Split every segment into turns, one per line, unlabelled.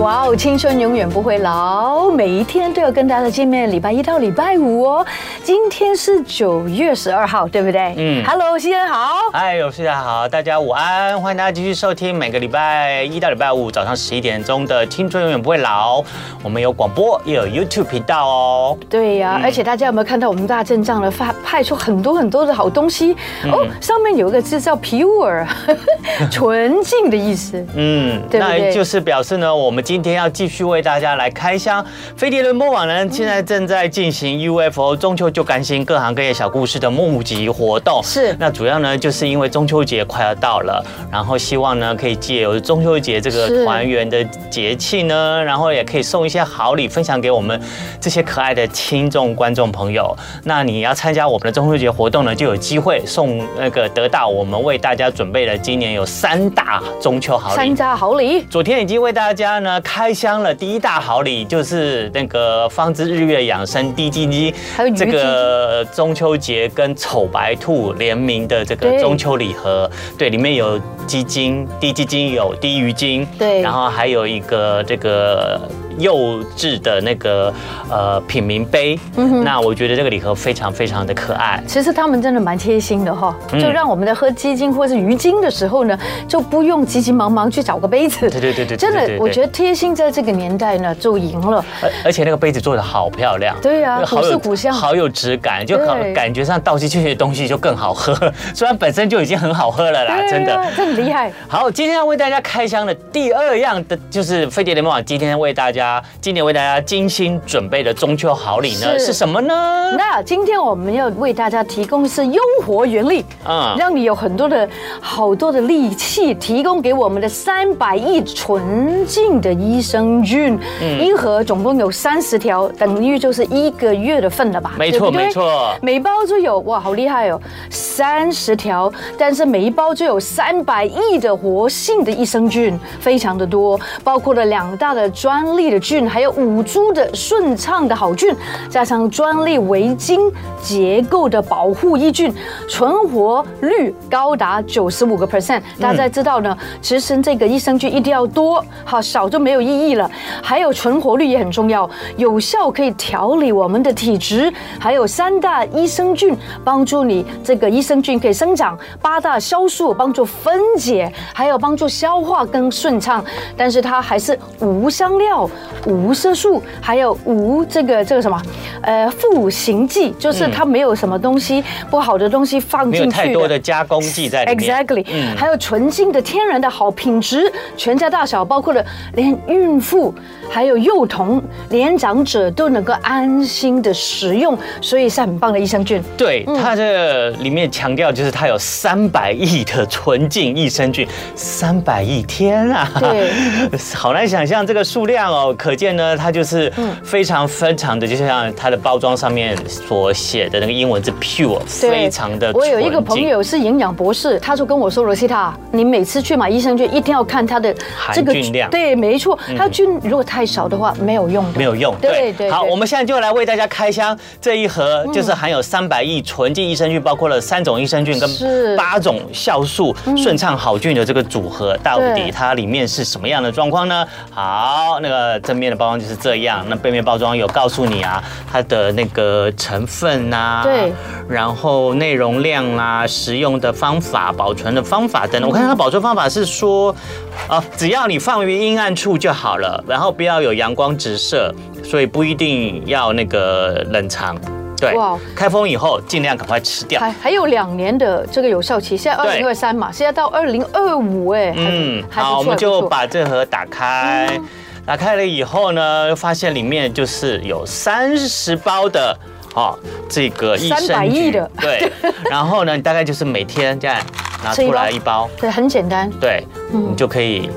哇哦，青春永远不会老，每一天都要跟大家见面，礼拜一到礼拜五哦。今天是九月十二号，对不对？嗯
嗯。
Hello，西恩好。
嗨，有事大家好，大家午安，欢迎大家继续收听每个礼拜一到礼拜五早上十一点钟的《青春永远不会老》，我们有广播，也有 YouTube 频道哦。
对呀、而且大家有没有看到我们大阵仗了，发派出很多很多的好东西
嗯
哦？上面有一个字叫 pure，纯净的意思。
嗯，
对不对
那就是表示呢，我们今天要继续为大家来开箱飞碟轮播网呢，现在正在进行 UFO 中秋就甘心各行各业小故事的募集活动。
是
那主要呢，就是因为中秋节快要到了，然后希望呢可以借由中秋节这
是
个团圆的节气呢，然后也可以送一些好礼分享给我们这些可爱的听众观众朋友。那你要参加我们的中秋节活动呢，就有机会送那个得到我们为大家准备了今年有三大中秋好礼
山。楂好礼，
昨天已经为大家呢开箱了第一大好礼，就是那个方知日月养生低基金，
还有鱼
这个中秋节跟丑白兔联名的这
对
个中秋礼盒，对，里面有鸡精、低鸡精有低鱼精，
对
然后还有一个这个幼稚的那个呃品茗杯，
嗯
那我觉得这个礼盒非常非常的可爱，
其实他们真的蛮贴心的哈、
嗯
就让我们在喝鸡精或是鱼精的时候呢，就不用急急忙忙去找个杯子。
对对对对，
真
对对
的，
对
我觉得贴心在这个年代呢就赢了。
而而且那个杯子做的好漂亮，
对啊
好有
古色古香
好有质感，就好
对
感觉上倒进去的东西就更好喝， 虽然本身就已经很好喝了啦，真
对
的
啊。真的厉 害。
好，今天要为大家开箱的第二样的就是飞碟联盟网今天为大家今年为大家精心准备的中秋好礼呢
是
是什么呢？
那今天我们要为大家提供的是优活原力，
嗯
让你有很多的好多的力气，提供给我们的三百亿纯净的益生菌，
嗯
一盒总共有三十条，等于就是一个月的份了吧？
没
对
错
不对
没错
每包就有哇，好厉害哦，三十条，但是每一包就有三百亿的活性的益生菌，非常的多，包括了两大的专利的菌，还有五株的顺畅的好菌，加上专利维菌结构的保护益菌，存活率高达九十五个 percent。大
嗯
家知道呢，其实这个益生菌一定要多，好少就没有意义了。还有存活率也很重要，有效可以调理我们的体质，还有三大益生菌帮助你这个益生菌可以生长，八大酵素帮助分解，还有帮助消化更顺畅。但是它还是无香料、无色素，还有无这个这个什么，呃，赋形剂，就是它没有什么东西不好的东西放
没有
进
太
去
多的。加工剂在里面。
Exactly，、
嗯
还有纯净的天然的好品质，全家大小，包括了连孕妇、还有幼童、年长者都能够安心的食用，所以是很棒的益生菌。
对，
嗯
它这里面强调就是它有三百亿的纯净益生菌，三百亿天啊！
对，
好难想象这个数量哦。可见呢，它就是
嗯
非常非常的，就像它的包装上面所写的那个英文字 pure，
对
非常的。
我有一个朋，友是营养博士，他就跟我说：“罗西塔，你每次去买益生菌，一定要看它的
含菌量
对，没错，它菌如果太少的话，没有用的。
没有用。
对对
好，
对嗯
我们现在就来为大家开箱这一盒，就是含有三百亿纯净益生菌，包括了三种益生菌
是嗯
跟八种酵素顺畅好菌的这个组合，到
对
底它里面是什么样的状况呢？好，那个正面的包装就是这样，那背面包装有告诉你啊，它的那个成分呐，
对，
然后内容量啦、食用的方法、保存的方法等等。我看它保存方法是说，啊，只要你放于阴暗处就好了，然后不要有阳光直射，所以不一定要那个冷藏。对
哇，
开封以后尽量赶快吃掉。
还还有两年的这个有效期，现在二
对
零二三嘛，现在到二零二五，哎，
嗯，
还
好，
不错
我
还
们就
不错
把这盒打开。打开了以后呢，发现里面就是有三十包的哦，这个益
300
生
亿
菌
的，
对。然后呢，你大概就是每天这样拿
吃一
出来
包
一包，
对，很简单。
对，
嗯
你就可以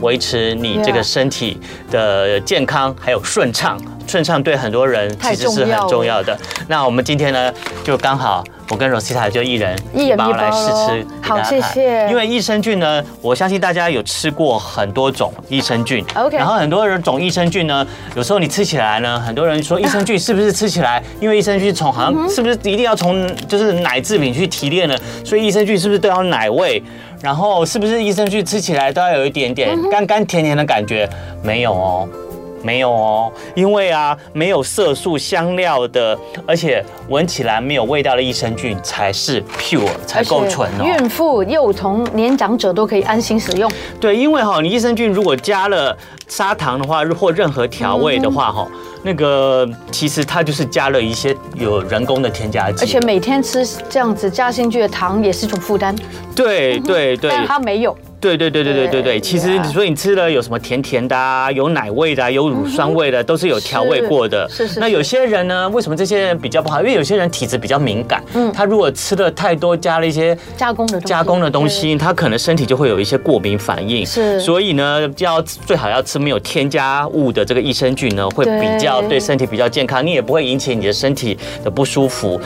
维持你这
Yeah
个身体的健康，还有顺畅。顺畅对很多人
太
其实是
重要
很
了
重要的。那我们今天呢，就刚好我跟 Rosita 就一人
一人一包
来试
咯
吃，给
好
大家
谢
看
谢
因为益生菌呢，我相信大家有吃过很多种益生菌
OK
然后很多人种益生菌呢，有时候你吃起来呢，很多人说益生菌是不是吃起来，因为益生菌从好像是不是一定要从就是奶制品去提炼呢？所以益生菌是不是都要奶味？然后是不是益生菌吃起来都要有一点点甘甘甜甜的感觉？没有哦。没有哦，因为啊，没有色素、香料的，而且闻起来没有味道的益生菌才是 pure，才够纯哦。
孕妇、幼童、年长者都可以安心使用。
对，因为哈，你益生菌如果加了砂糖的话，或任何调味的话，哈、那个其实它就是加了一些有人工的添加剂，
而且每天吃这样子加进去的糖也是一种负担，
对对对
但它没有。
对对对对对对
嗯对
对，其实
yeah
所以你吃了有什么甜甜的啊，有奶味的啊，有乳酸味的，都是有调味过的。
是是是
那有些人呢，为什么这些人比较不好？因为有些人体质比较敏感，
嗯
他如果吃了太多加了一些
加工的东西
加工的东西，他可能身体就会有一些过敏反应。
是
所以呢，要最好要吃没有添加物的这个益生菌呢，会
对
比较对身体比较健康，你也不会引起你的身体的不舒服。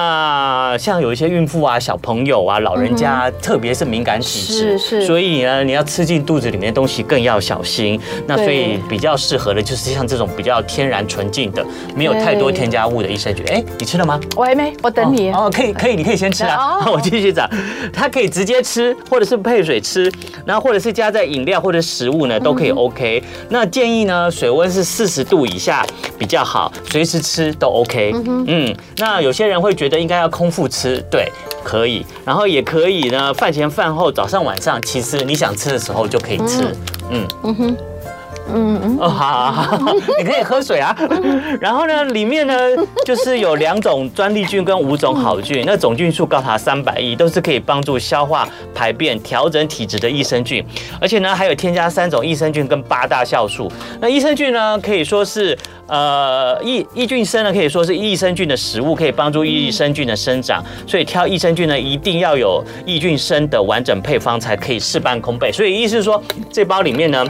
那像有一些孕妇啊、小朋友啊、老人家啊，特别是敏感体质，
嗯是是
所以呢，你要吃进肚子里面的东西更要小心。那所以
对
比较适合的就是像这种比较天然纯净的，没有太多
对
添加物的益生菌。哎，你吃了吗？
我还没，我等你。
哦，哦可以可以，你可以先吃啊，
哦
我继续讲。它可以直接吃，或者是配水吃，然后或者是加在饮料或者食物呢，都可以
嗯
OK。那建议呢，水温是四十度以下比较好，随时吃都 OK。嗯，那有些人会觉得应该要空腹吃，对。可以，然后也可以呢，饭前饭后、早上晚上，其实你想吃的时候就可以吃。嗯嗯哼，嗯哦，好好好，好 你可以喝水啊。然后呢，里面呢就是有两种专利菌跟五种好菌，那总菌数高达三百亿，都是可以帮助消化、排便、调整体质的益生菌。而且呢，还有添加三种益生菌跟八大酵素。那益生菌呢，可以说是呃益益菌生呢，可以说是益生菌的食物，可以帮助益生菌的生长。所以挑益生菌呢，一定要有益菌生的完整配方，才可以事半功倍。所以意思是说，这包里面呢。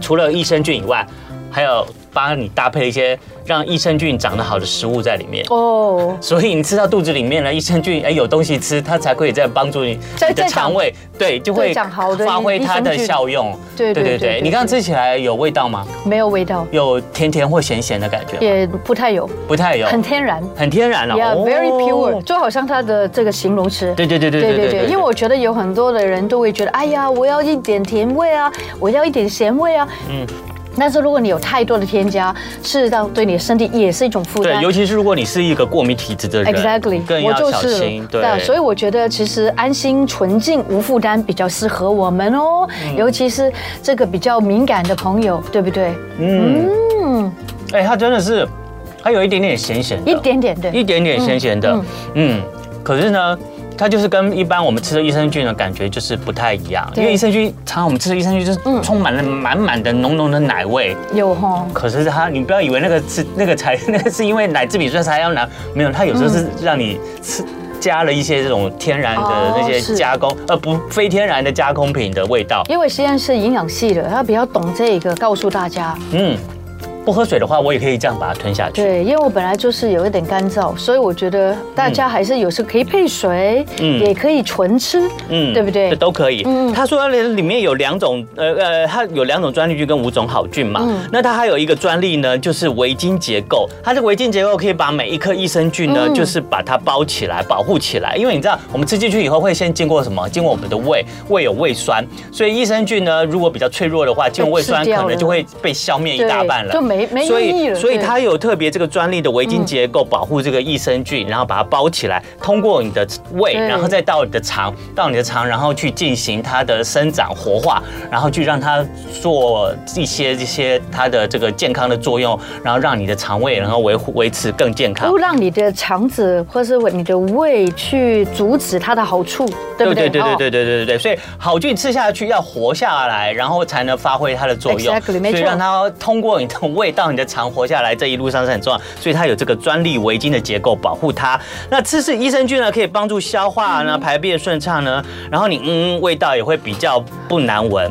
除了益生菌以外，还有帮你搭配一些让益生菌长得好的食物在里面。
哦，
所以你吃到肚子里面了，益生菌哎有东西吃，它才可以再帮助你
再
你的
再长
肠胃，对，就
对
会
长好的
发挥
益
它
益
的
生菌
效用。
对对对对
你刚刚吃起来有味道吗？
没有味道，
有甜甜或咸咸的感觉吗？
也不太有，
不太有，哦
很天然。
很天然了。
Yeah, very
哦
pure，就好像它的这个形容词。
对对对对对对对，
因为我觉得有很多的人都会觉得，哎呀，我要一点甜味啊，我要一点咸味啊，嗯。但是如果你有太多的添加，事实上对你的身体也是一种负
对，
担。
尤其是如果你是一个过敏体质的人
Exactly，
更
我
要
就
小
是
心
了。
对，
所以我觉得其实安心、纯净、无负担比较适合我们哦，
嗯
尤其是这个比较敏感的朋友，对不对？
嗯，哎，它真的是，它有一点点咸咸的，
一点点的，
一点点咸咸的，嗯可是呢。它就是跟一般我们吃的益生菌的感觉就是不太一样，因
对
为益生菌常常我们吃的益生菌就是
嗯
充满了满满的浓浓的奶味，
有哈。
可是它你不要以为那个是 那个才那个是因为奶制品所以才要拿，没有，它有时候是让你吃加了一些这种天然的
哦
那些
是
加工，呃不非天然的加工品的味道，
因为实验室营养系的，他比较懂这个，告诉大家。
嗯，不喝水的话我也可以这样把它吞下去，
对，因为我本来就是有一点干燥，所以我觉得大家还是有时可以配水，
嗯
也可以纯吃，
嗯
对不对
这都可以。
嗯
他说里面有两种，呃呃，它有两种专利菌跟五种好菌嘛。
嗯
那它还有一个专利呢，就是围巾结构。它的围巾结构可以把每一颗益生菌呢，
嗯
就是把它包起来、保护起来。因为你知道，我们吃进去以后会先经过什么？经过我们的胃，胃有胃酸，所以益生菌呢，如果比较脆弱的话，经过胃酸
吃掉
可能
了
就会被消灭一
对
大半了。
就没没
所
意义
以，
了
所以
对
它有特别这个专利的围巾结构保护这个益生菌，然后把它包起来，通过你的胃，
嗯对
然后再到你的肠，到你的肠，然后去进行它的生长活化，然后去让它做一些这些它的这个健康的作用，然后让你的肠胃然后维护维持更健康
都。让你的肠子或是你的胃去阻止它的好处，对不对？
对对对
哦
对对对对对，所以好菌吃下去要活下来，然后才能发挥它的作用。
Exactly，没错
所以让它通过你的胃到你的肠活下来，这一路上是很重要。所以它有这个专利围巾的结构保护它。那吃是益生菌呢，可以帮助消化呢，嗯排便顺畅呢，然后你嗯味道也会比较不难闻，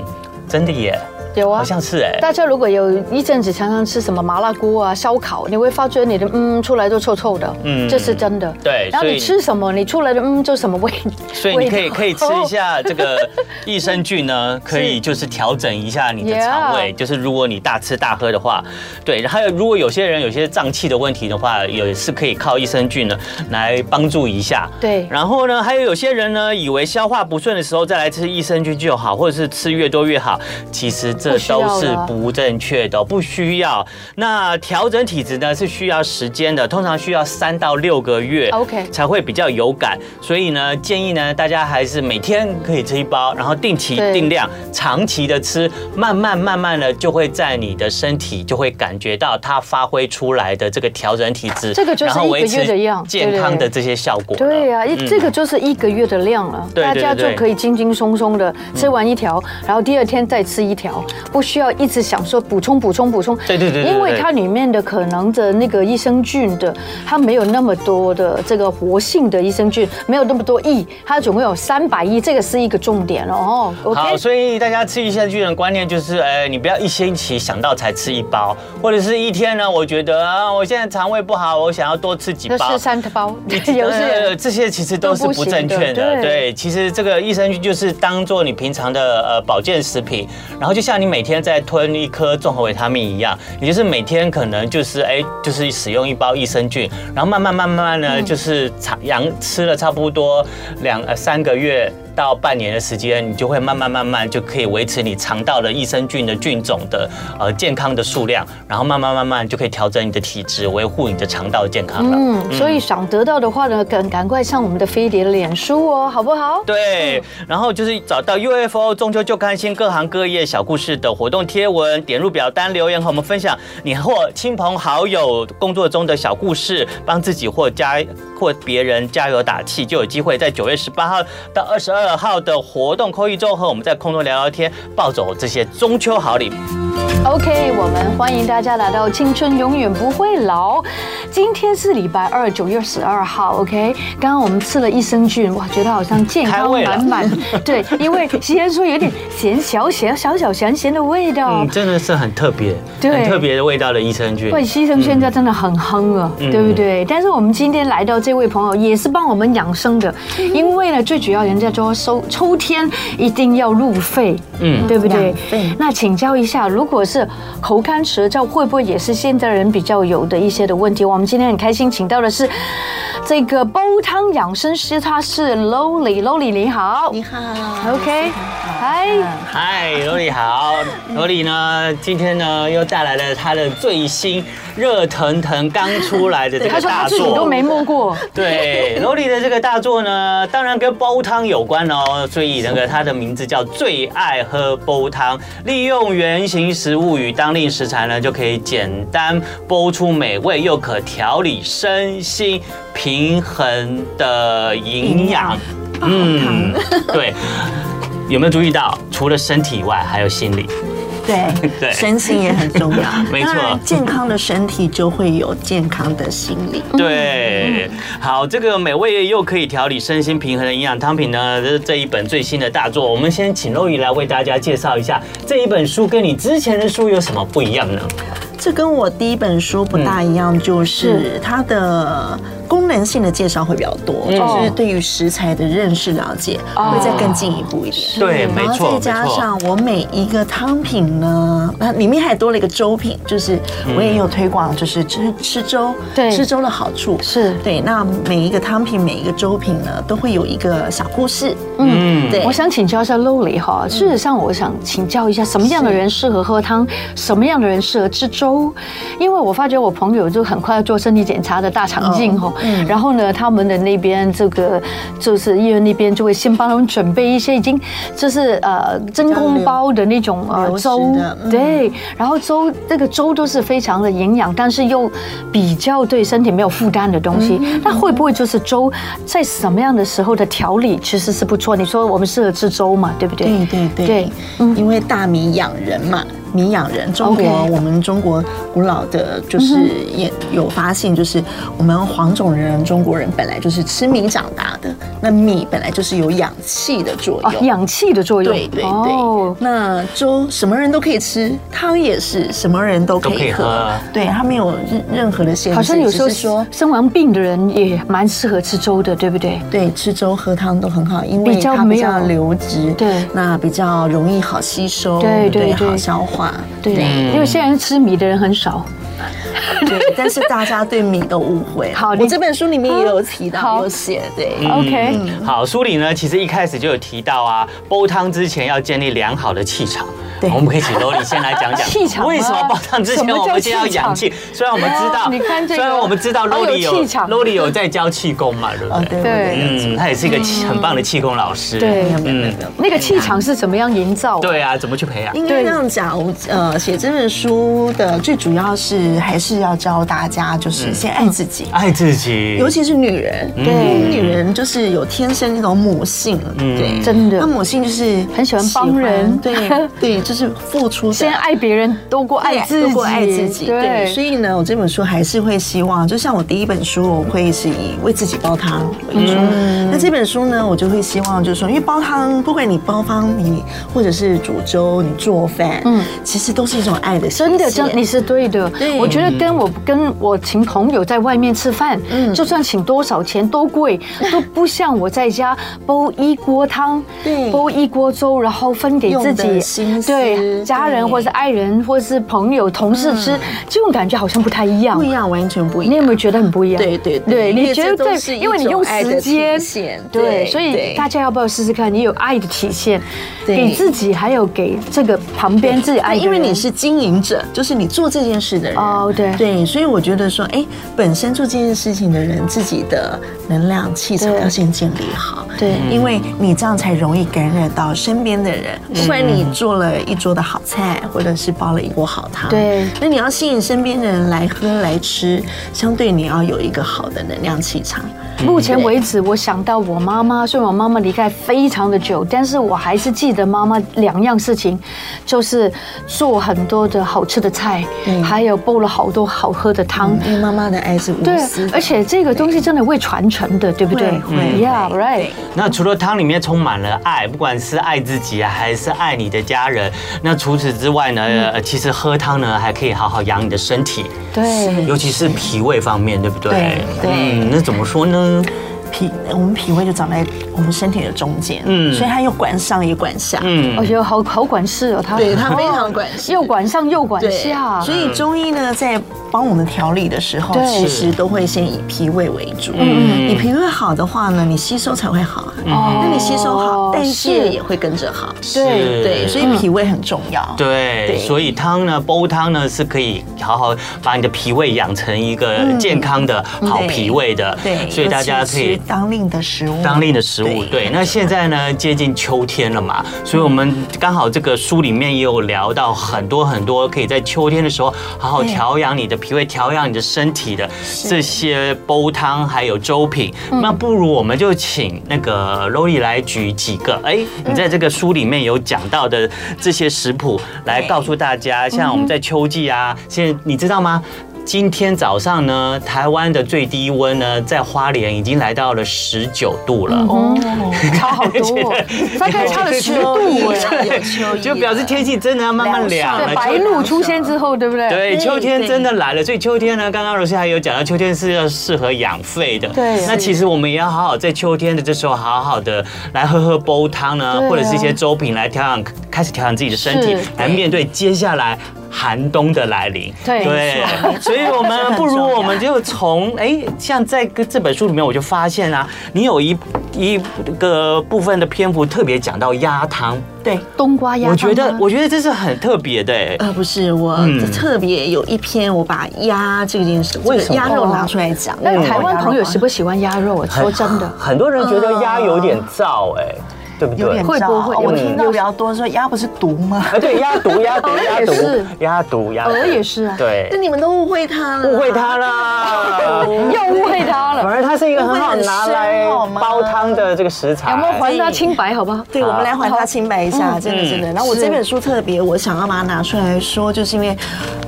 真的耶。
有啊
好。像是哎、
大家如果有一阵子常常吃什么麻辣锅啊、烧烤，你会发觉你的嗯出来都臭臭的，
嗯
嗯，这是真的。
对
然后
所以
你吃什么，你出来的嗯就什么味。
所以你可以可以吃一
味道。
下这 个益生菌呢，可以就是调整一下你的肠胃。
Yeah
就是如果你大吃大喝的话，对，还有如果有些人有些胀气的问题的话，也是可以靠益生菌呢来帮助一下。
对
然后呢，还有有些人呢，以为消化不顺的时候再来吃益生菌就好，或者是吃越多越好，其实这
不需要
都是
了
不正确的，不需要。那调整体质呢是需要时间的，通常需要三到六个月
OK
才会比较有感。所以呢，建议呢大家还是每天可以吃一包，然后定期
对
定量、长期的吃，慢慢慢慢的就会在你的身体就会感觉到它发挥出来的这个调整体质，
这个就是
然后
一个
维持
月的样
健康的这些效果了。
对呀、一
嗯
这个就是一个月的量了，
对对对嗯
大家就可以轻轻松松的吃完一条，然后第二天再吃一条，不需要一直想说补充补充补充。
对对对对对
因为它里面的可能的那个益生菌的，它没有那么多的这个活性的益生菌，没有那么多亿，它总共有三百亿，这个是一个重点哦。
好，
OK，
所以大家吃益生菌的观念就是，哎，你不要一星期想到才吃一包，或者是一天呢，我觉得啊，我现在肠胃不好，我想要多吃几
这
包
是。三 包， 有
有
是
是呃这些其实都是
都不
不
行
正
的
确的，
对
对，其实这个益生菌就是当做你平常的呃保健食品，然后就像你每天在吞一颗综合维他命一样，你就是每天可能就是哎就是使用一包益生菌，然后慢慢慢慢
嗯
呢就是长养吃了差不多两呃三个月到半年的时间，你就会慢慢慢慢就可以维持你肠道的益生菌的菌种的呃健康的数量，然后慢慢慢慢就可以调整你的体质，维护你的肠道健康了。
嗯，所以想得到的话呢，赶赶快上我们的飞碟脸书哦，好不好？
对，然后就是找到 UFO 中秋就看新各行各业小故事的活动贴文，点入表单留言和我们分享你或亲朋好友工作中的小故事，帮自己或家或别人加油打气，就有机会在九月十八号到二十二号的活动扣一周和我们在空中聊聊天，抱走这些中秋好礼。
OK，我们欢迎大家来到《青春永远不会老》。今天是礼拜二，九月十二号。OK，刚刚我们吃了益生菌，哇，觉得好像健
开
康
胃了
满满。对，因为虽然说有点咸小咸小小咸咸的味道
嗯，，真的是很特别，
对
很特别的味道的益生菌。
喂，医生现在真的很夯啊，
嗯
对不对？但是我们今天来到这位朋友也是帮我们养生的，
嗯
因为呢，最主要人家说收秋天一定要入肺，
嗯
嗯，对不对
养肺？
那请教一下，如果是口干舌燥，会不会也是现在人比较有的一些的问题？我们今天很开心请到的是这个煲汤养生师，他是 Lowly，Lowly 你好
你好嗯
，OK，嗨，
嗨，罗莉好，罗莉呢，今天呢又带来了她的最新热腾腾刚出来的这
他
个
说
大
他自己都
作。
没摸过。
对，罗莉的这个大作呢，当然跟煲汤有关哦，所以那个它的名字叫“最爱喝煲汤”，利用原型食物与当令食材呢，就可以简单煲出美味，又可调理身心平衡的营养。嗯，对。有没有注意到，除了身体以外，还有心理？
对
对，
身心也很重要
没错
当然健康的身体就会有健康的心理。
对，好，这个美味又可以调理身心平衡的营养汤品呢，这是这一本最新的大作。我们先请肉姨来为大家介绍一下这一本书跟你之前的书有什么不一样呢？
这跟我第一本书不大一样，就是它的功能性的介绍会比较多，就是对于食材的认识了解
哦
会再更进一步一点。
对，没
然
错，
嗯后再
没
加
错。
上我每一个汤品呢，那里面还多了一个粥品，就是
嗯
我也有推广，就是吃吃粥，
对
吃粥的好处
是
对。那每一个汤品、每一个粥品呢，都会有一个小故事，
嗯，
对嗯
我。想请教一下 Lowly 哈，事实上我想请教一下，什么样的人适合喝汤，什么样的人适合吃粥？因为我发觉我朋友就很快要做身体检查的大肠镜
哦
哈，
嗯
然后呢，他们的那边这个就是医院那边就会先帮他们准备一些已经就是呃真空包的那种呃
流食
粥
的，嗯
对，然后粥这个粥都是非常的营养，但是又比较对身体没有负担的东西。
嗯
那会不会就是粥在什么样的时候的调理其实是不错？你说我们适合吃粥嘛，对不对？
对对对，
对
因为大米养人嘛，米养人，中国
OK 嗯
我们中国古老的就是也有发现，就是我们黄种人中国人本来就是吃米长大的，那米本来就是有氧气的作
哦，
用。
氧气的作用。
对对对，
哦
那粥什么人都可以吃，汤也是什么人都可
都可以
以喝，
喝
对，它没有任任何的限制，
好像有时候
只是说
生完病的人也蛮适合吃粥的，对不对？
对，吃粥喝汤都很好，因为
比较
它
没
比
有
较流质，
对
那比较容易好吸收，
对对对
好消 化，
对，
嗯
因为现在吃米的人很少。
对。但是大家对米都误会。
好你
我这本书里面也有提
好嗯
到，有写对。
OK，
嗯好，书里呢其实一开始就有提到啊，煲汤之前要建立良好的气场。
对
我们可以请罗里先来讲讲
气场吗
为什么煲汤之
什
前
么叫
我们先要养气？虽然我们知道，
哦你看这个
虽然我们知道
好有
罗里有
气场
罗里有在教气功嘛，对
哦
不，对？
对
对
对
嗯，他也是一个气很棒的气功老师。
对
对，没有没有没有。
那个气场是怎么样营造？
对啊，怎么去培养？
应该
嗯
这样讲，我呃，写这本书的最主要是还是要教大家，就是先爱自己。
爱自己，
尤其是女人，对
嗯
女人就是有天生那种母性，对，
真的
那母性就是
很喜欢帮人
喜 欢对对，就是付出的，
先爱别人多过爱自己，
多过爱自己，对，所
以
以呢，我这本书还是会希望，就像我第一本书，我会是以为自己煲汤为主。
嗯
那这本书呢，我就会希望，就是说，因为煲汤，不管你煲汤，你或者是煮粥，你做饭，嗯，其实都是一种爱的
真的，
体现
真你是对的。
对
我觉得跟我跟我请朋友在外面吃饭，
嗯
就算请多少钱多 贵，都不像我在家煲一锅汤，
对
煲一锅粥，然后分给自
用
己
的心思
对家人
对嗯
或是爱人或是朋友同事吃，这种感觉好像不太一样
不。一样，完全不一
你有
样。
没有觉得很不一样？
对对
对，你觉得
这都是
对，
一
因为你用
种爱的
时间
体现，
对，所以
对
大家要不要试试看？你有爱的体现，
对
给自己，还有给这个旁边自己爱的人，
因为你是经营者，就是你做这件事的人。
哦对
对，所以我觉得说，哎，本身做这件事情的人，自己的能量气场
对
要先建立好。
对
因为你这样才容易感染到身边的人。
嗯
不管你做了一桌的好菜，或者是煲了一锅好汤，
对
那你要吸引身边的人来喝来吃，相对你要有一个好的能量气场。
目前为止，我想到我妈妈，虽然我妈妈离开非常的久，但是我还是记得妈妈两样事情，就是做很多的好吃的菜，
嗯
还有煲了好多好喝的汤。
因为妈妈的爱是无
对
私，的，
而且这个东西真的会传承的，对不对嗯
会会
？Yeah, right.
那除了汤里面充满了爱，不管是爱自己啊，还是爱你的家人，那除此之外呢，
嗯
呃，其实喝汤呢还可以好好养你的身体，
对，
尤其是脾胃方面，对不对？
对对
嗯，那怎么说呢？
脾我们脾胃就长在我们身体的中间，
嗯
所以它又管上也管下，
嗯
我，觉得哦好好管事哦，他
对他非常管事
又管上又管下，
所
嗯
以中医呢，在帮我们调理的时候，
对
其实都会先以脾胃为主。
嗯
你脾胃好的话呢，你吸收才会好啊。
哦
那你吸收好，代谢
是
也会跟着好。
对
是
对，所以脾胃很重要。
对，
对
所以汤呢，煲汤呢是可以好好把你的脾胃养成一个健康的、好脾胃的。
嗯对，
所以大家可
尤
以
其吃当令的食物，
当令的食物。对，那现在呢，接近秋天了嘛，所以我们刚好这个书里面也有聊到很多很多可以在秋天的时候好好
对
调养你的脾胃、调养你的身体的这些煲汤还有粥品。
嗯
那不如我们就请那个 l o y 来举几个，哎，你在这个书里面有讲到的这些食谱，来
对
告诉大家，像我们在秋季啊，现在你知道吗？今天早上呢，台湾的最低温呢，在花莲已经来到了十九度了。
哦，
嗯差好多哦，大概差了十度 哎，
有秋意
就表示天气真的要慢慢凉了。
对，
秋
白露出现之后，对不对？
对，
对
秋天真的来了，所以秋天呢，刚刚罗西还有讲到，秋天是要适合养肺的。
对
那其实我们也要好好在秋天的这时候，好好的来喝喝煲汤呢
对，啊
或者是一些粥品来调养，开始调养自己的身体
是，
来面对接下来。寒冬的来临，
对
没错
所以我们不如
这很重要
我们就从哎，像在这本书里面，我就发现啊，你有一一个部分的篇幅特别讲到鸭汤，
对。
冬瓜鸭
我
汤吗，
觉得我觉得这是很特别的哎，
呃，不是，我
嗯
特别有一篇，我把鸭这件事，
为什么
这个鸭肉拿出来讲。因为
那
我
台湾
鸭肉
朋友
啊
喜不喜欢鸭肉？啊？说真的，
很多人觉得鸭有点燥哎、对不
有点
对？
会不会
燥
有
我
听
听
到
到比较多说鸭不是毒吗？
啊，对，鸭毒，鸭毒，鸭毒
也是，
鸭毒，鸭毒，
鹅也是啊
那
对，
你们都误会他了，
误会它啦。
又误会他
反
了。
而它是一个很好拿来煲汤的这个食材。
有没有还他清白？好不好？
对，我们来还他清白一下，
嗯
真的真的。然后我
是
这本书特别，我想要把它拿出来说，就是因为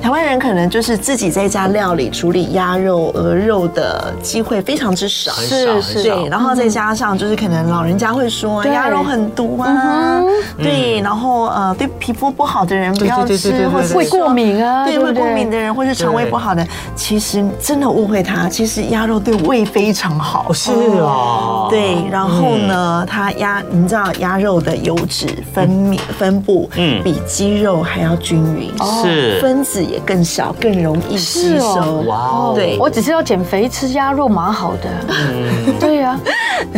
台湾人可能就是自己在家料理处理鸭肉、鹅肉的机会非常之少。
很
是
少很
是
少嗯
对，然后再加上就是可能老人家会说哎
对
鸭肉很毒
嗯
啊，对，然后呃对皮肤不好的人不要
对对对对
吃，
对
或是
会
说
过敏啊
对
对不
会
对
过敏的人或是肠胃
对
不好的，其实真的误会他，其实鸭肉对胃非常好
哦，。是哦，嗯
对，然后呢，它鸭，你知道鸭肉的油脂分泌分布，
嗯哦
嗯，比鸡肉还要均匀，
是
分子也更小，更容易吸
是
收
哦。
哇哦，
对嗯
我只是要减肥，吃鸭肉蛮好的。对呀、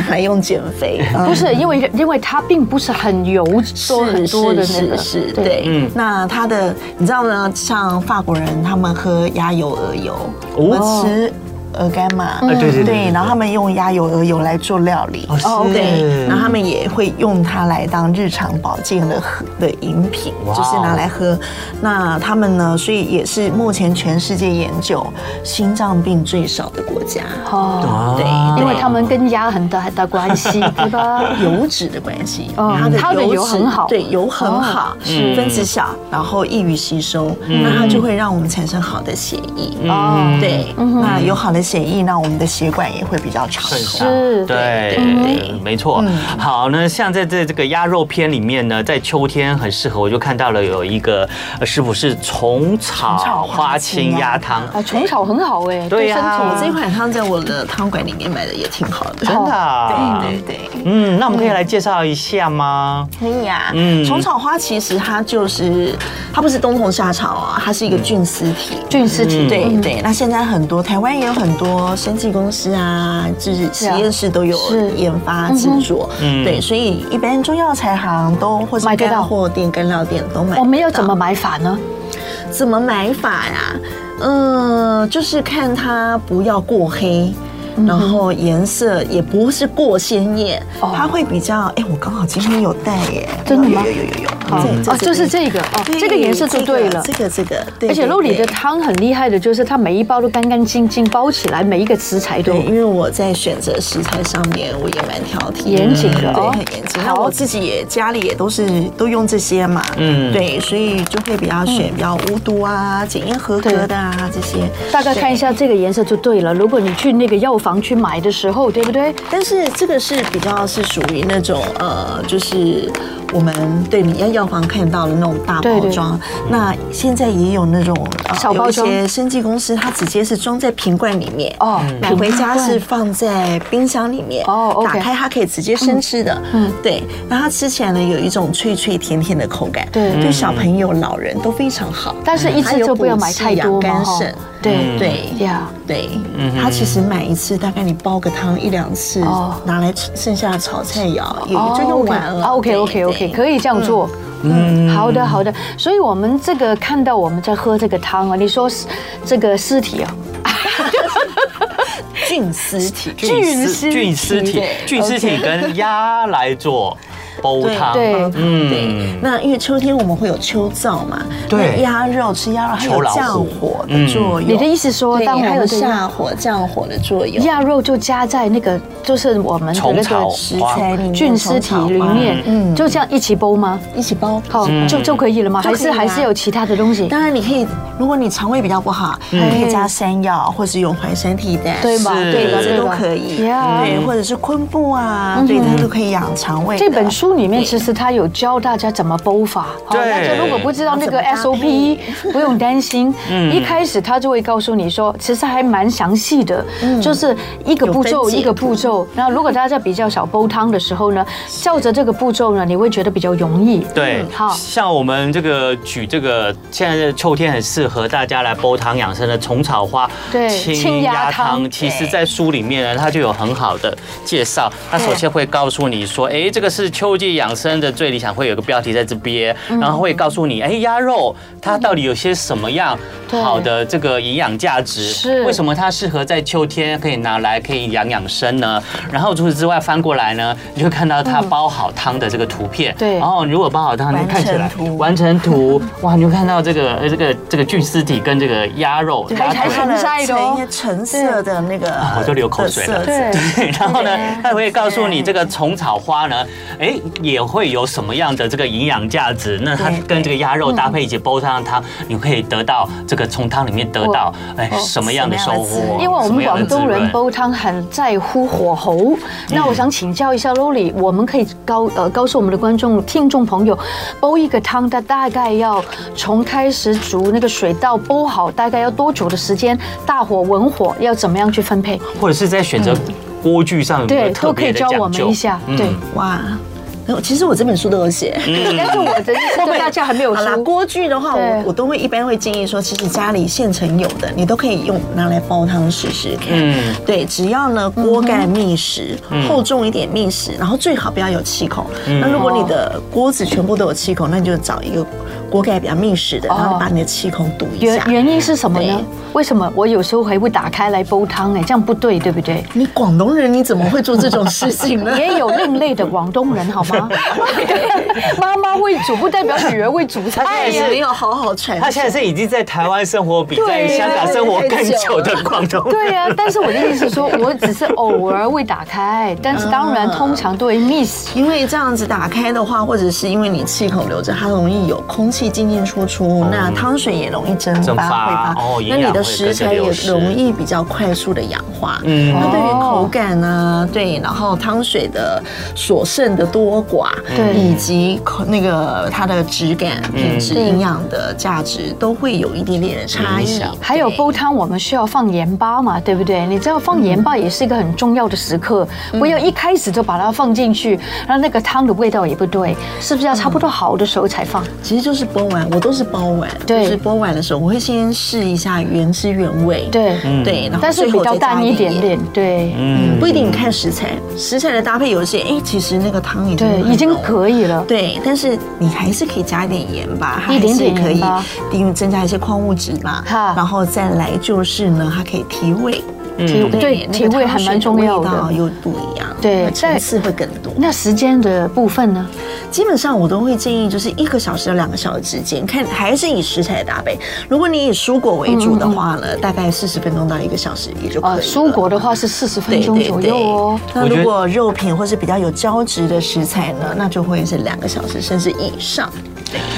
还用减肥？嗯
不是因为因为它并不是很油多很多的那个，
是是是，对，
嗯
那它的你知道呢？像法国人他们喝鸭油、鹅油，我们吃鹅肝嘛，
哎哦对对对对
然后他们用鸭油、鹅油来做料理，
哦是
哦对，然后他们也会用它来当日常保健的喝的饮品，
哇哦
就是拿来喝。那他们呢，所以也是目前全世界研究心脏病最少的国家。
哦，
啊
对
因为他们跟鸭很大很大关系，对吧？
油脂的关系，
哦它的油
脂
很好哦
对油很好，
是
分子小，然后易于吸收，那它就会让我们产生好的血液。
哦，
对，那有好的血液，那我们的血管也会比较畅
很
通。
少
是
对
嗯
没错。好，那像在这这个鸭肉片里面呢，在秋天很适合，我就看到了有一个呃师傅是虫草花青鸭汤，
啊，虫草很好哎，
对呀
身体
我这款汤在我的汤馆里面买的也挺好的，
真的啊
对对对。
嗯，那我们可以来介绍一下吗？
可以啊，
嗯
嗯，虫草花其实它就是它不是冬虫夏草啊，它是一个菌丝体。
菌丝体嗯
对对，那现在很多台湾也有很多生技公司啊，就是实验室都有
是
研发制作，
嗯
对，所以一般中药材行都或是
买得到
干货店、干料店都买得到。
我们要怎么买法呢？
怎么买法呀、嗯，就是看它不要过黑。
嗯
然后颜色也不是过鲜艳，
哦
它会比较哎，我刚好今天有带耶，
真的吗
有有有有有，
好哦，就是这个哦，这个颜色就对了
这。个这个，对
而且肉里的
对
汤很厉害的，就是它每一包都干干净净包起来，每一个食材都
对，因为我在选择食材上面我也蛮挑剔的，
严谨的
对，
哦
很严谨。
好
那我自己也家里也都是都用这些嘛，
嗯
嗯，对，所以就会比较选
嗯
比较无毒啊、检验合格的啊这些。
大概看一下这个颜色就对了。如果你去那个药房去买的时候，对不对？
但是这个是比较是属于那种呃，就是我们对你要药房看到的那种大
对
包
对
装。那现在也有那种、呃
小包装
有一些生技公司它直接是装在瓶罐里面
哦
买
瓶
回家
罐
嗯是放在冰箱里面
哦，OK
打开它可以直接生吃的。嗯，对。那它吃起来呢有一种脆脆甜甜的口感，
对
对小朋友、老人都非常好。
但是一次就不要买太多
还有
嘛，
嗯补啊气养肝肾嗯
哈。对
对
呀，
对，
嗯
它其实买一次大概你煲个汤一两次
哦，
拿来剩下炒菜肴也就用完了。
OK OK
对
OK，
对
可以这样做。嗯，好的好的。所以我们这个看到我们在喝这个汤啊，你说是这个尸体啊，
菌丝体，
菌丝
菌尸体
对，
菌尸体跟鸭来做煲汤，
对
煲汤
嗯
对。那因为秋天我们会有秋燥嘛，
对
那鸭肉吃鸭肉还
秋
有
老虎
降火的作用。
嗯你的意思说，
对，
当我
还
们
有
的
下火降火的作用。
鸭肉就加在那个就是我们的那
虫草
个嗯
食材里面
哦菌丝体里面，嗯，就这样一起煲吗？
一起煲。
好，就就可以了吗？
嗯就
还
可以啊
是
啦
还是有其他的东西？
当然，你可以，如果你肠胃比较不好，你可以加山药，或是用淮山替代，
嗯对吧？
是
对吧？
这
对
都
吧？
可以。嗯
Yeah 嗯
对，或者是昆布啊，对，它都可以养肠胃的。
这本书里面
对
其实它有教大家怎么煲法，好
对
大家如果不知道那个
怎么搭
SOP，
配
不用担心，
嗯
一开始他就会告诉你说，其实还蛮详细的，就是一个步骤
嗯有分嗯解
一个步骤。那如果大家比较少煲汤的时候呢，照着这个步骤呢，你会觉得比较容易。
对
嗯，好，
像我们这个举这个，现在的秋天很适合大家来煲汤养生的虫草花
对清鸭汤
其实在书里面呢，它就有很好的介绍。它首先会告诉你说，哎，这个是秋物界养生的最理想会有个标题在这边，
嗯
然后会告诉你，哎，鸭肉它到底有些什么样
对
好的这个营养价值？
是
为什么它适合在秋天可以拿来可以养养生呢？然后除此之外翻过来呢， 你就会看到它煲好汤的这个图片。
对
然后如果煲好汤，你
完
看起来
成图
完成图，哇，你就看到这个呃这个这个菌丝体跟这个鸭肉
对
鸭
还
腿。
还很晒的哦
呈一些橙色的那个，
我都啊流口水了
的色泽
对
对， 然后呢，它会告诉你这个虫草花呢，哎，也会有什么样的这个营养价值。那它
对
跟这个鸭肉搭配一起煲上汤，你可以得到这个从汤里面得到哎什么样的收
什么样的滋
获？
润
因为我
什么
们
样的
广东
滋
人
润
煲汤很在乎火候，那我想请教一下 Lolly，我们可以告呃告诉我们的观众、听众朋友，煲一个汤它大概要从开始煮那个水到煲好，大概要多久的时间？大火、文火要怎么样去分配？
或者是在选择锅具上有没嗯
嗯
有
对，
特
都可
别
以
的
教
讲究？
我们一下。
嗯
对，
哇。那其实我这本书都有写，
但是我的意思对大家还没有
好啦，
说。
锅具的话，
对
我我都会一般会建议说，其实家里现成有的，你都可以用拿来煲汤试试看。
嗯
对，只要呢锅盖密实，厚重一点密实，然后最好不要有气孔。
嗯
那如果你的锅子全部都有气孔，那你就找一个锅盖比较密实
哦
的，然后把你的气孔堵一
原
下。
原因是什么呢
对？
为什么我有时候还会打开来煲汤？哎，这样不对，对不对？
你广东人你怎么会做这种事 情呢？
也有另类的广东 人，好吗？妈妈会煮，不代表女儿会煮菜
哎
呀
呀，。没有好好传
他现在是已经在台湾生活比在
啊
香港生活更久的广东人。
对 呀、但是我的意思是说，我只是偶尔会打开，但是当然通常都会 miss。
因为这样子打开的话，或者是因为你气孔留着，它容易有空气进进出出，那汤水也容易蒸
哦蒸
发
发
挥发，
哦营
那
养
你
会跟着
的食材也
流失
容易比较快速的氧化。
嗯
那对于
哦
口感啊，对，然后汤水的所剩的多寡，
对
以及口那个它的质感、
嗯
品质、营养的价值，都会有一点点的差
影
异
响。
还有
对
煲汤，我们需要放盐巴嘛，对不对？你知道放盐巴也是一个很重要的时刻，
嗯
不要一开始就把它放进去，然后那个汤的味道也不对，是不是要差不多好的时候才放？
其实就是煲完，我都是煲完，
对
就是煲完的时候，我会先试一下原汁原味，
对，
对，然后
但是
最
比
后
较
再加
淡一
点
点
盐
点，对，
嗯，不一定看食材，食材的搭配有一些，哎，其实那个汤已经
对，
很
已经
浓
可以了。
对，但是你还是可以加一点盐吧，
一点点
还是可以
盐吧，
因为增加一些矿物质嘛
哈，
然后再来就是呢，它可以提味，
提对
嗯那个
提味还
汤水
蛮重要
味道
的。
又不一样，
对
那
在
层次会更多。
那时间的部分呢？
基本上我都会建议，就是一个小时到两个小时之间，看还是以食材搭配。如果你以蔬果为主的话
嗯
呢，大概四十分钟到一个小时也就可以
呃，
了。
蔬果的话是四十分
对
钟
对
左
对
右哦。
那如果肉品或是比较有胶质的食材呢，那就会是两个小时甚至以上。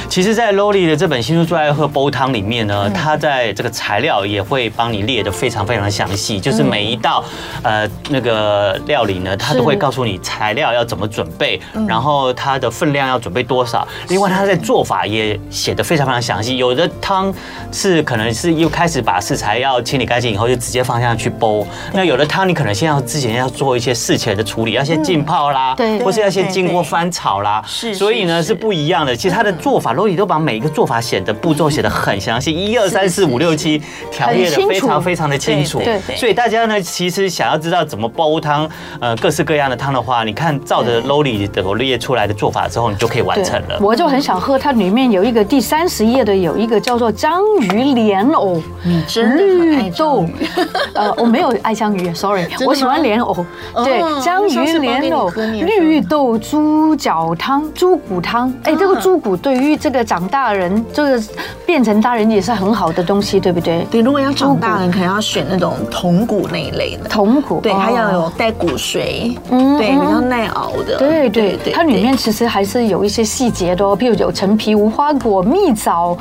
其实，在 Loli 的这本《新书最爱喝煲汤》里面
嗯
呢，它在这个材料也会帮你列得非常非常详细，就是每一道呃那个料理呢，它
是
都会告诉你材料要怎么准备，
嗯
然后它的分量要准备多少。另外，它在做法也写得非常非常详细。有的汤是可能是又开始把食材要清理干净以后就直接放下去煲，那有的汤你可能先要之前要做一些事前的处理，要先浸泡啦，
对
或是要先
对对
经过
对
翻炒啦，
是
所以呢
是
是不。不一样的。其实它的做法，罗里都把每一个做法写的步骤写的很详细，一二三四五六七条列的
很清楚
非常非常的清楚
对
对。
对
所以大家呢，其实想要知道怎么煲汤，呃，各式各样的汤的话，你看照着 l o l i 的我列出来的做法之后，你就可以完成了。
我就很想喝它里面有一个第三十页的有一个叫做章鱼莲藕，
你真的很爱
绿
章
豆
鱼，
呃，我没有爱章鱼，sorry，
的吗
我喜欢莲藕，
哦
对，章
上
鱼
次包给
莲
你
藕
喝你也说啊
绿豆猪脚汤、猪骨汤，哎，这个猪骨对于这个长大人，这个变成大人也是很好的东西，对不对？
对，如果要长大人，可能要选那种筒骨那一类的。
筒骨，
对，
哦
它要有带骨髓，
嗯
对，比较耐熬的。
对对对，它里面其实还是有一些细节的哦，譬如有陈皮、无花果、蜜枣、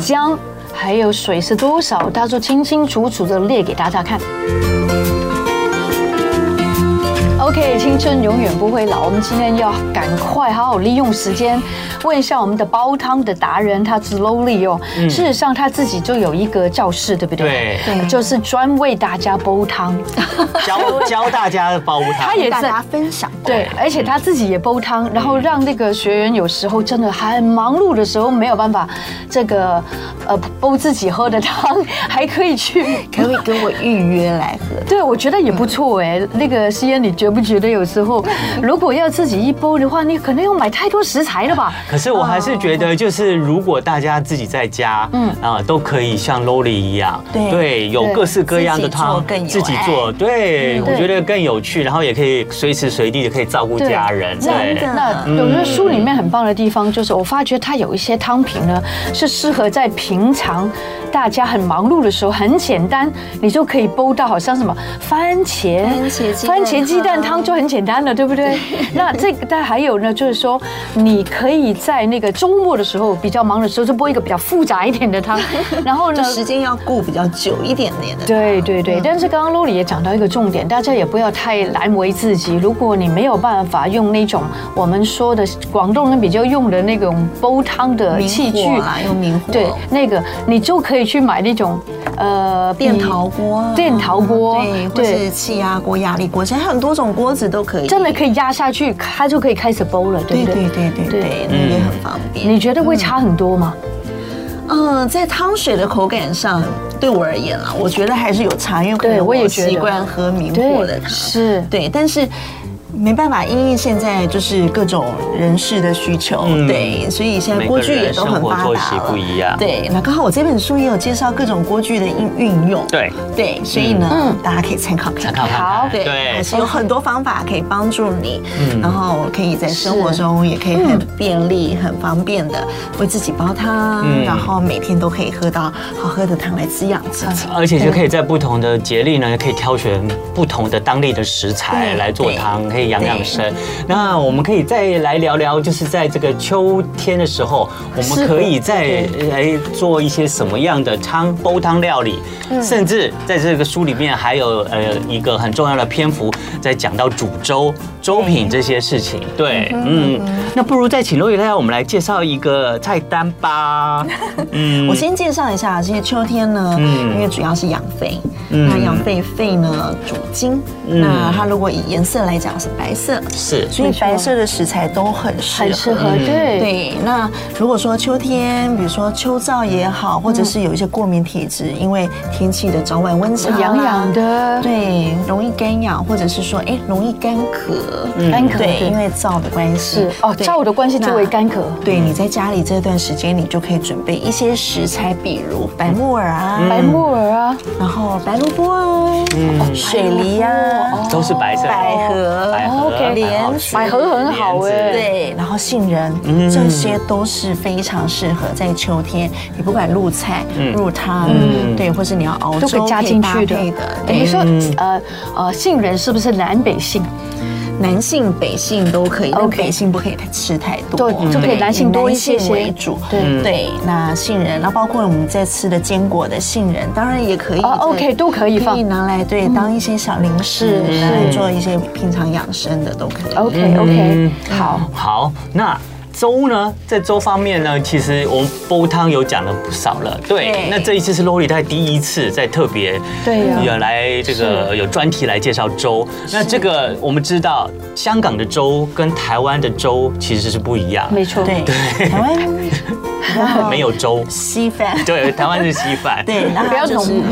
姜，还有水是多少，它就清清楚楚的列给大家看。OK，青春永远不会老。我们今天要赶快好好利用时间，问一下我们的煲汤的达人，他是 Lowly 哦。事实上他自己就有一个教室，对不对？
对
对
就是专为大家煲 汤。
教教大家煲汤，
它也
跟
是
大家分享。
对，而且他自己也煲汤，然后让那个学员有时候真的很忙碌的时候没有办法，这个呃煲自己喝的汤，还可以去。
可不可以跟我预约来喝？
对，我觉得也不错哎。那个西恩，你觉不觉得有时候如果要自己一包的话，你可能要买太多食材了吧？
可是我还是觉得，就是如果大家自己在家，嗯啊，都可以像 Loli 一样，
对
有各式各样的
自己做
汤
更有
自己
爱
做，对我
对
觉得更有趣，然后也可以随时随地的可以照顾
对
家人，嗯
真的
那有的书里面很棒的地方，就是我发觉它有一些汤品呢，是适合在平常大家很忙碌的时候，很简单，你就可以煲到好像什么番茄
番茄鸡蛋汤
番茄鸡蛋汤就很简单了，对不对？那这个但还有呢，就是说你可以在那个周末的时候比较忙的时候，就煲一个比较复杂一点的汤，然后呢
就。时间要顾比较久一点点的。
对对
嗯
对，但是刚刚 l o l i 也讲到一个重点，大家也不要太难为自己。如果你没有办法用那种我们说的广东人比较用的那种煲汤的呃
明
器具
火，啊啦，用明火，
对，那个你就可以去买那种呃
电
比
陶锅啊，
电陶锅
对，或是气压锅、压力锅，现在很多种锅子都可以，
真的可以压下去，它就可以开始煲了，对
对
不对？
对对对
对嗯
对，那也很方便。
你觉得会差很多吗？
嗯，在汤水的口感上，对我而言啊啦，我觉得还是有差，因为可
对
能
我也觉得
习惯喝明火的
对，
汤，
是。
对，但是。没办法，因为现在就是各种人事的需求，
嗯
对，所以现在
每
锅
个
具也
人
都
生
很
活
发
作
达
息不
了。
一样，
对，那刚好我这本书也有介绍各种锅具的运运用，
对，
对，所以呢，大家可以参考看
参
看。
考看看
好
对，还
对，嗯
是有很多方法可以帮助你，然后可以在生活中也可以很便利、很方便的为自己煲汤，
嗯
然后每天都可以喝到好喝的汤来滋养自己。
而且就可以在不同的节令呢，可以挑选不同的当地的食材
对
来做汤，可以养养
对
生。那我们可以再来聊聊，就是在这个秋天的时候，我
适
们
合
可以再来做一些什么样的汤煲汤料理，甚至在这个书里面还有呃一个很重要的篇幅在讲到煮粥、粥品这些事情。对，嗯，那不如再请罗宇太太我们来介绍一个菜单吧。嗯
我先介绍一下，其实秋天呢，
嗯
因为主要是养肺，
嗯
那养肺肺呢主筋，那它如果以颜色来讲是白色，
是
所以白色的食材都很适合。
很适合，
嗯
对
对，那如果说秋天，比如说秋燥也好，
嗯
或者是有一些过敏体质，因为天气的早晚温差啦
痒痒，的，
对，容易干痒，或者是说哎容易干咳，
嗯
干咳
对，
对
因为燥的关系
是，哦，
对
燥的关系就会。干咳。
那对，你在家里这段时间，你就可以准备一些食材，比如白木耳啊，
白木耳啊，
然后白萝卜啊，
嗯
水梨啊，
都是白色的
百合，
百合
哦 OK
莲子
百合很好嗯
莲子
哎
对，然后杏仁，这些都是非常适合在秋天，你不管入菜、入汤，对，或哦是你要熬
嗯都可
粥
以加进去的
可以搭配嗯
等于
对，
说，呃呃，杏仁是不是南北杏？
男性、北性都可以，但
OK
北性不可以太吃太多，
对就可以
对
男性多一些
以男性为主。
对
对，那杏仁，那包括我们在吃的坚果的杏仁，当然也可以
哦
对
OK，都可以放嗯
可以拿来对当一些小零食，拿来做一些平常养生的都可以。
OK
嗯
OK，好，
好，那粥呢，在粥方面呢，其实我们煲汤有讲了不少了。对，
对
那这一次是 Lori 她第一次在特别
对呀
有来这个有专题来介绍粥。那这个我们知道，香港的粥跟台湾的粥其实是不一样，
没错，
对，台湾
没有粥。
稀饭，
对，台湾是稀饭，
对，然后
不要
就是
浓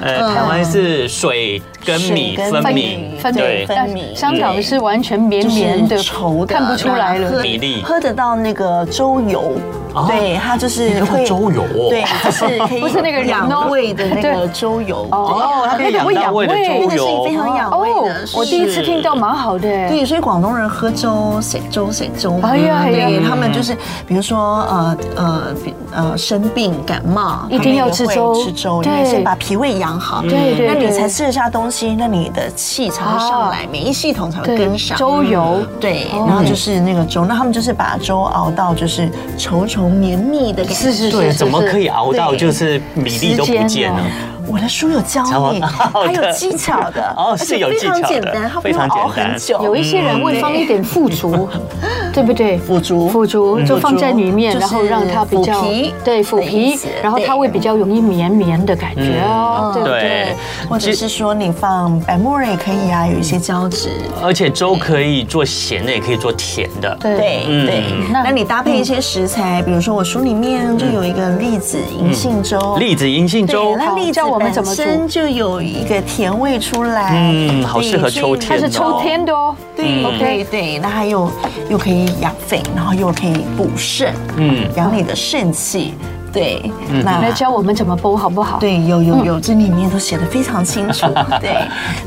呃，台湾是水跟米
水跟
分
分
米，
分
对
对
但
分米
香港是完全绵
就是
绵的，
稠的，
看不出来
然后喝
了。
比例
喝得到那个粥油
哦，
对，它就是会
粥油哦
对，就是可以
不是那个人哦
养胃的那个粥油，
哦，它变
那个
养
会
到
养
胃的
胃
那
粥
个是
油，
非常养胃
哦
的，，
我第一次听到，蛮好的。
对，所以广东人喝粥、写粥、写粥嘛，
哎呀哎呀
对他们就是，比如说呃呃比呃生病感冒，
一定要吃粥
他们也会吃粥，因
对
为先把脾胃养好，
对对
那
对
你才吃得下东西，那你的气才会上来，免疫系统才会跟上。
啊粥油，
对，
哦
然后就是那个粥，那他们就是把粥熬到就是稠稠绵密的感觉。
是是
对，怎么可以熬到
对
就是米粒都
时
不见
间
了
哦？
我的书有教 你，
好的
它有技巧的，
哦
而且
是有
非常
技巧的
简单，它不
非
用
常简
熬
单
很久。
有一些人会放一点腐竹， 对不对？
嗯腐竹
腐竹就放在里面，
腐竹
然后让它比较
就是腐皮
对腐
的意
皮
思，嗯
然后它会比较容易绵绵的感觉哦，对不对？
对，
或者是说你放白木耳也可以啊，有一些胶质。
而且粥可以做咸的，也可以做甜的。
对
嗯
对，
那
那你搭配一些食材，比如说我书里面就有一个栗子银杏粥，
嗯栗子银杏
对
粥，
那栗子
叫我们怎么
本
煮？
身就有一个甜味出来，
嗯好适合秋天
它
对所
是
以
抽天的哦。
对对对，那还有又可以养肺，然后又可以补肾，
嗯
嗯，养你的肾气，对，
你
那
来教我们怎么煲好不好？
对，有有有，这里面都写的非常清 楚，对。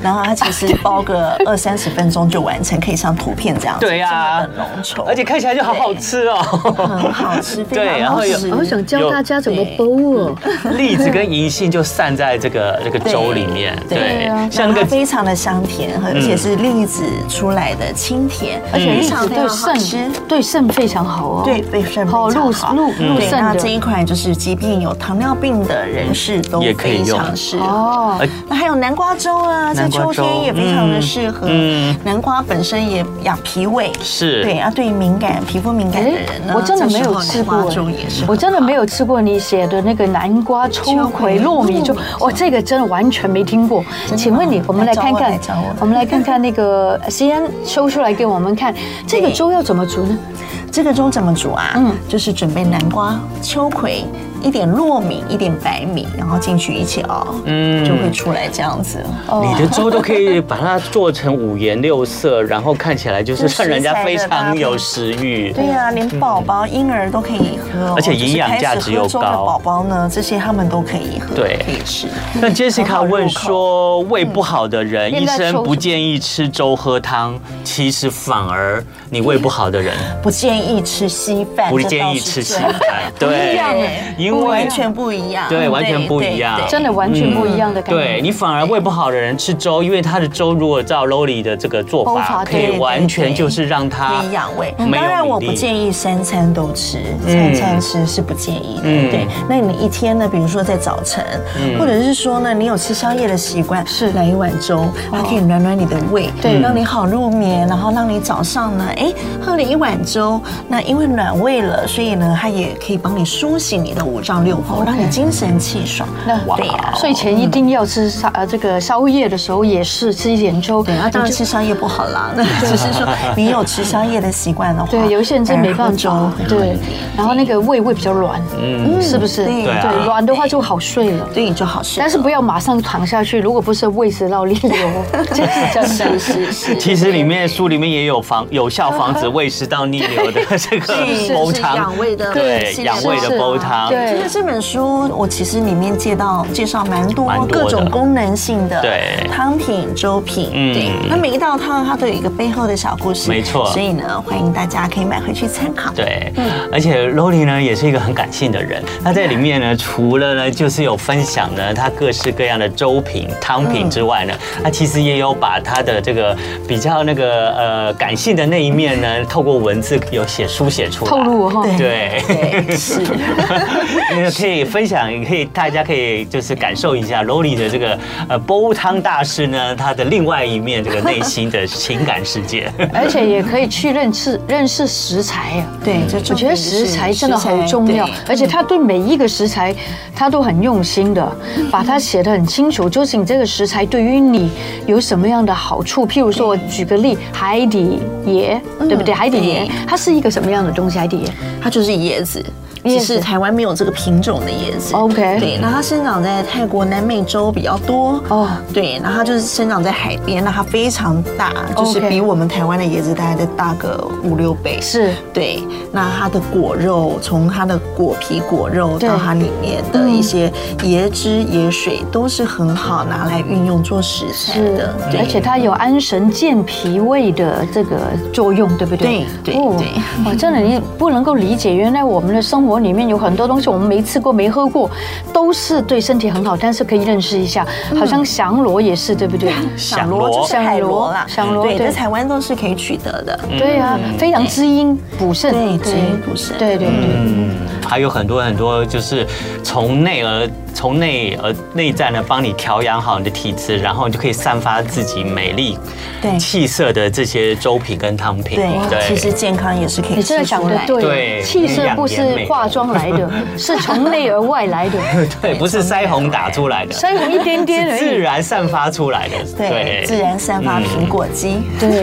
然后它其实包个二三十分钟就完成，可以像图片这样子，
对呀
真的很浓稠，
而且看起来就好好吃哦，
很好吃，
对
非
然
常
后
好
有
吃。
好想教
有
大家怎么
对
煲哦。
栗子跟银杏就散在这个这个粥里面，
对
对啊
像那
它
个嗯
非常的香甜，而且是栗子出来的清甜，而且非常非
对
常好吃
肾。对肾非常好哦。
对，被肾非
好
常
入
好嗯
入
嗯
入
对，
肾
那
的
这一款就是即便有糖尿病的人士都
也可以
非
用
常适合。
哦
呃，
那还有南瓜粥啊，在
南瓜
秋
粥
天也非常的适合。
嗯嗯
南瓜本身也养脾胃，
是
对啊，对于敏感皮肤敏感的人
哎
呢，
我真的没
哎这时
有
候
吃
南
过
瓜粥也是，
我真的没有吃过你写的那个南瓜秋葵糯米粥
秋葵糯米，粥
我这个真的完全没听过。
嗯吗
请问你，我们来看看
来找我来找我，
我们来看看那个西安修出来给我们看，这个粥要怎么煮呢？
这个粥怎么煮啊？
嗯
就是准备南瓜、秋葵，一点糯米，一点白米，然后进去一起熬，
嗯
嗯，就会出来这样子。
哦
你的粥都可以把它做成五颜六色，然后看起来就是让人家非常有食欲。
对啊，连宝宝、婴儿都可以喝哦，
而且营养价值又高
就是开始喝粥的宝宝呢，这些他们都可以喝，
对
可以吃。
那 Jessica 问说，胃不好的人，
嗯
医生不建议吃粥喝汤，其实反而你胃不好的人
不建议吃稀饭，
不
嗯这倒是
建议吃稀
最好
饭，
一样
对
哎，
因
不
为
欸完全不一样，
对完全不一样
对对
真的完全不一样的感觉。
对你反而胃不好的人吃粥，因为他的粥如果照 Loli 的这个做
煲
法，
法
可以
对
完全就是让他
可以养胃。
没有
当然，我
米
不
粒
建议三餐都吃，
嗯
三餐吃是不建议的。
嗯
对，那你一天呢？比如说在早晨，或者是说呢，你有吃宵夜的习惯，
嗯是哦
来一碗粥，它可以暖暖你的胃，
对
让你好入眠，然后让你早上呢，哎，喝了一碗粥，那因为暖胃了，所以呢，它也可以帮你苏醒你的五脏六腑，让你精神气爽。
那
对呀，
睡前一定要吃宵呃这个宵夜的时候也是吃一点粥，
对，那啊当然
你就
吃宵夜不好啦， 那只是说你有吃宵夜的习惯的话，
对，有一些人真没办
反而
法
啊哎喝粥，会好一
对
点，
然后那个胃会比较软，
嗯
是不是？
对对
啊
软的话就好睡了。
对，就好吃了。
但是不要马上躺下去，如果不是胃食道 逆流，这是真的。是是
其实里面书里面也有防有效防止胃食道逆流的这个
是
煲
是
汤，
养胃的
对
是
养
是
胃的
是
煲
啊
汤，
对
这个这本书，我其实里面介绍介绍蛮多
蛮多的
各种功能性的
对
汤品、粥品，
嗯
对，那每一道汤它都有一个背后的小故事，
没错
所以呢，欢迎大家可以买回去参 考。
对，
嗯
而且 Loli 呢也是一个很感性的人，她在里面呢，除了呢就是有分享呢她各式各样的粥品、汤
嗯
品之外呢，她其实也有把她的这个比较那个呃感性的那一面呢，透过文字有写书写出来。
透露哈，
对，
对，是。
那可以分享，也可以大家可以就是感受一下 Loli 的这个呃煲汤大师呢，他的另外一面这个内心的情感世界。
而且也可以去认识认识食材啊。
对，这重点是
我觉得食材真的好重要
食材，对
而且他对每一个食材，他都很用心的，把它写得很清楚，究竟这个食材对于你有什么样的好处。譬如说，我举个例，海底椰，对不对？海底椰
对
它是一个什么样的东西？海底椰，
它就是椰子。
椰
其
子
实台湾没有这个品种的椰子
OK
对，那它生长在泰国南美洲比较多
哦
哦，对，那它就是生长在海边，那它非常大，就是
OK
比我们台湾的椰子大概再大个五六倍，
是
对，那它的果肉，从它的果皮、果肉
对
到它里面的一些椰汁、椰水，都是很好拿来运用做食材
是
的，
嗯
对
而且它有安神健脾胃的这个作用，对不对？
对对
哦
对
哇，真的你不能够理解，原来我们的生活里面有很多东西我们没吃过、没喝过，都是对身体很好，但是可以认识一下。
嗯
好像降螺也是，对不对？
响螺就是海螺啦，
响螺
对，
对
在台湾都是可以取得的，
对啊，
嗯
非常滋阴补肾，
对滋阴补肾
对对对。
嗯，还有很多很多，就是从内而从内而内在呢，帮你调养好你的体质，然后你就可以散发自己美丽、
对
气色的这些粥品跟汤品。
对，其实健康也是可以
你真的
吃
讲
出
的
来。
对，
对
气色不
营养也
是
美
化妆来 的，是从内而外来的，
对，不是腮红打出来的，是
腮红一点点而已。
自然散发出来的。
对，自然散发苹果肌。
嗯
对，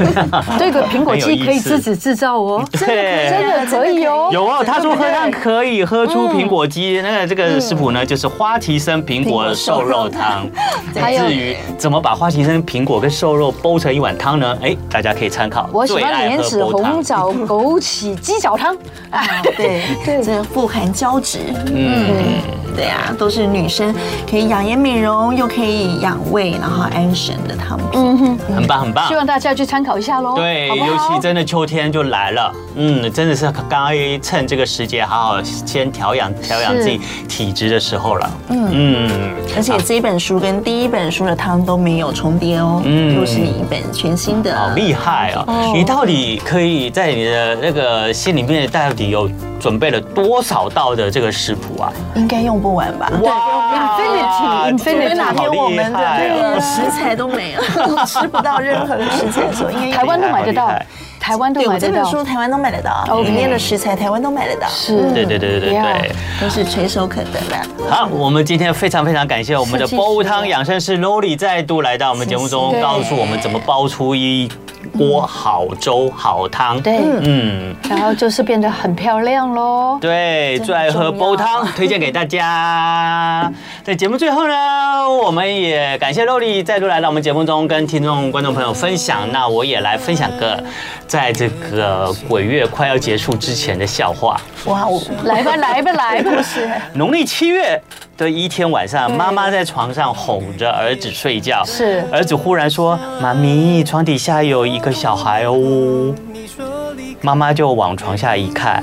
这个苹果
很有意
肌
思
可以自己制造哦，
对
真的可以哦。
啊
嗯
有哦，他说喝汤可以喝出苹果肌，那个这个食谱呢，就是花旗参苹果瘦 肉汤，
还有
至于怎么把花旗参苹果跟瘦肉煲成一碗汤呢？哎，大家可以参考。
我喜
最
欢
爱
莲
喝
子
煲汤
红枣枸杞鸡脚汤，啊，
对
对
这富含胶质，
嗯，
对啊，都是女生可以养颜美容，又可以养胃，然后安神的汤品。
嗯哼，
很棒很棒
希。望大家去参考一下喽，
对，
好不
尤
好
其？真的秋天就来了，嗯，真的是该趁这个时节好好先调养调养
是
自己体质的时候了。嗯
而且这一本书跟第一本书的汤都没有重叠哦，
嗯
又是一本全新的。
好厉害哦！你到底可以在你的那个心里面到底有准备了多少道的这个食谱啊？
应该用不完吧？
Infinity，
哇
对，因为
Infinity，
哪天我们
好厉害
的啊
哦
食材都没 了，吃不到任何的食材，所以应该
台湾都买得
好
到
厉害，
台湾都
对我
买得
这本
到，
书台湾都买得到，
OK
里面的食材台湾都买得到，
是
对对对对对
呀
对。
都是垂手可得的。
好，我们今天非常非常感谢我们的
设计师
煲汤养生师 Loli 再度来到我们节目中
谢，谢
告诉我们怎么煲出一锅好粥好汤。
对，
嗯，
然后就是变得很漂亮喽。
对，
真的
最爱喝
重要
煲汤，推荐给大家。在节目最后呢，我们也感谢 Loli 再度来到我们节目中，跟听众、观众朋友分享。那我也来分享个，在这个鬼月快要结束之前的笑话。
哇，我
来吧，来吧，来吧！是，
农历七月的一天晚上，妈妈在床上哄着儿子睡觉，
是
儿子忽然说：“妈咪，床底下有一个小孩哦。”妈妈就往床下一看，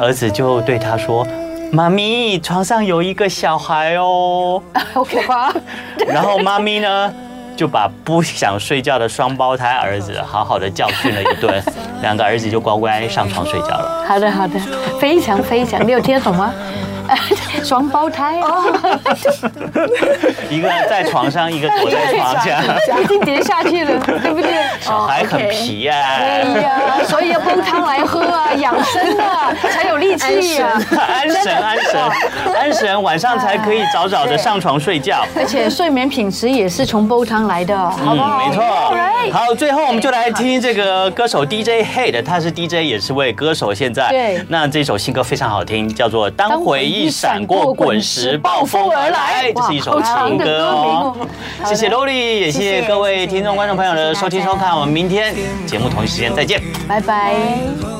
儿子就对他说：“妈咪，床上有一个小孩哦。
好可怕。
然后妈咪呢，就把不想睡觉的双胞胎儿子好好的教训了一顿，两个儿子就乖乖上床睡觉了。
好的，好的，非常非常，你有听得懂吗？ 双胞胎 哦，
一个在床上，一个躲在床下。
已经跌下去了，对不对？哦
小孩很
OK
皮呀、
哎呀，所以要煲汤来喝啊，养生啊，才有力气啊。
安神安神安神，晚上才可以早早
哎
的上床睡觉。
而且睡眠品质也是从煲汤来的，好
嗯，
不好？
没错
Alright。
好，最后我们就来听这个歌手 DJ Head，他是 DJ 也是位歌手，现在
对
那这首新歌非常好听，叫做《当回忆闪过，滚石暴风而来》，这是一首
哇好
情
长的
歌
歌名
哦
哦。
谢谢 Loli，也谢谢各位听众观众朋友的收听收看，我们明天节目同一时间再见。
拜拜。
我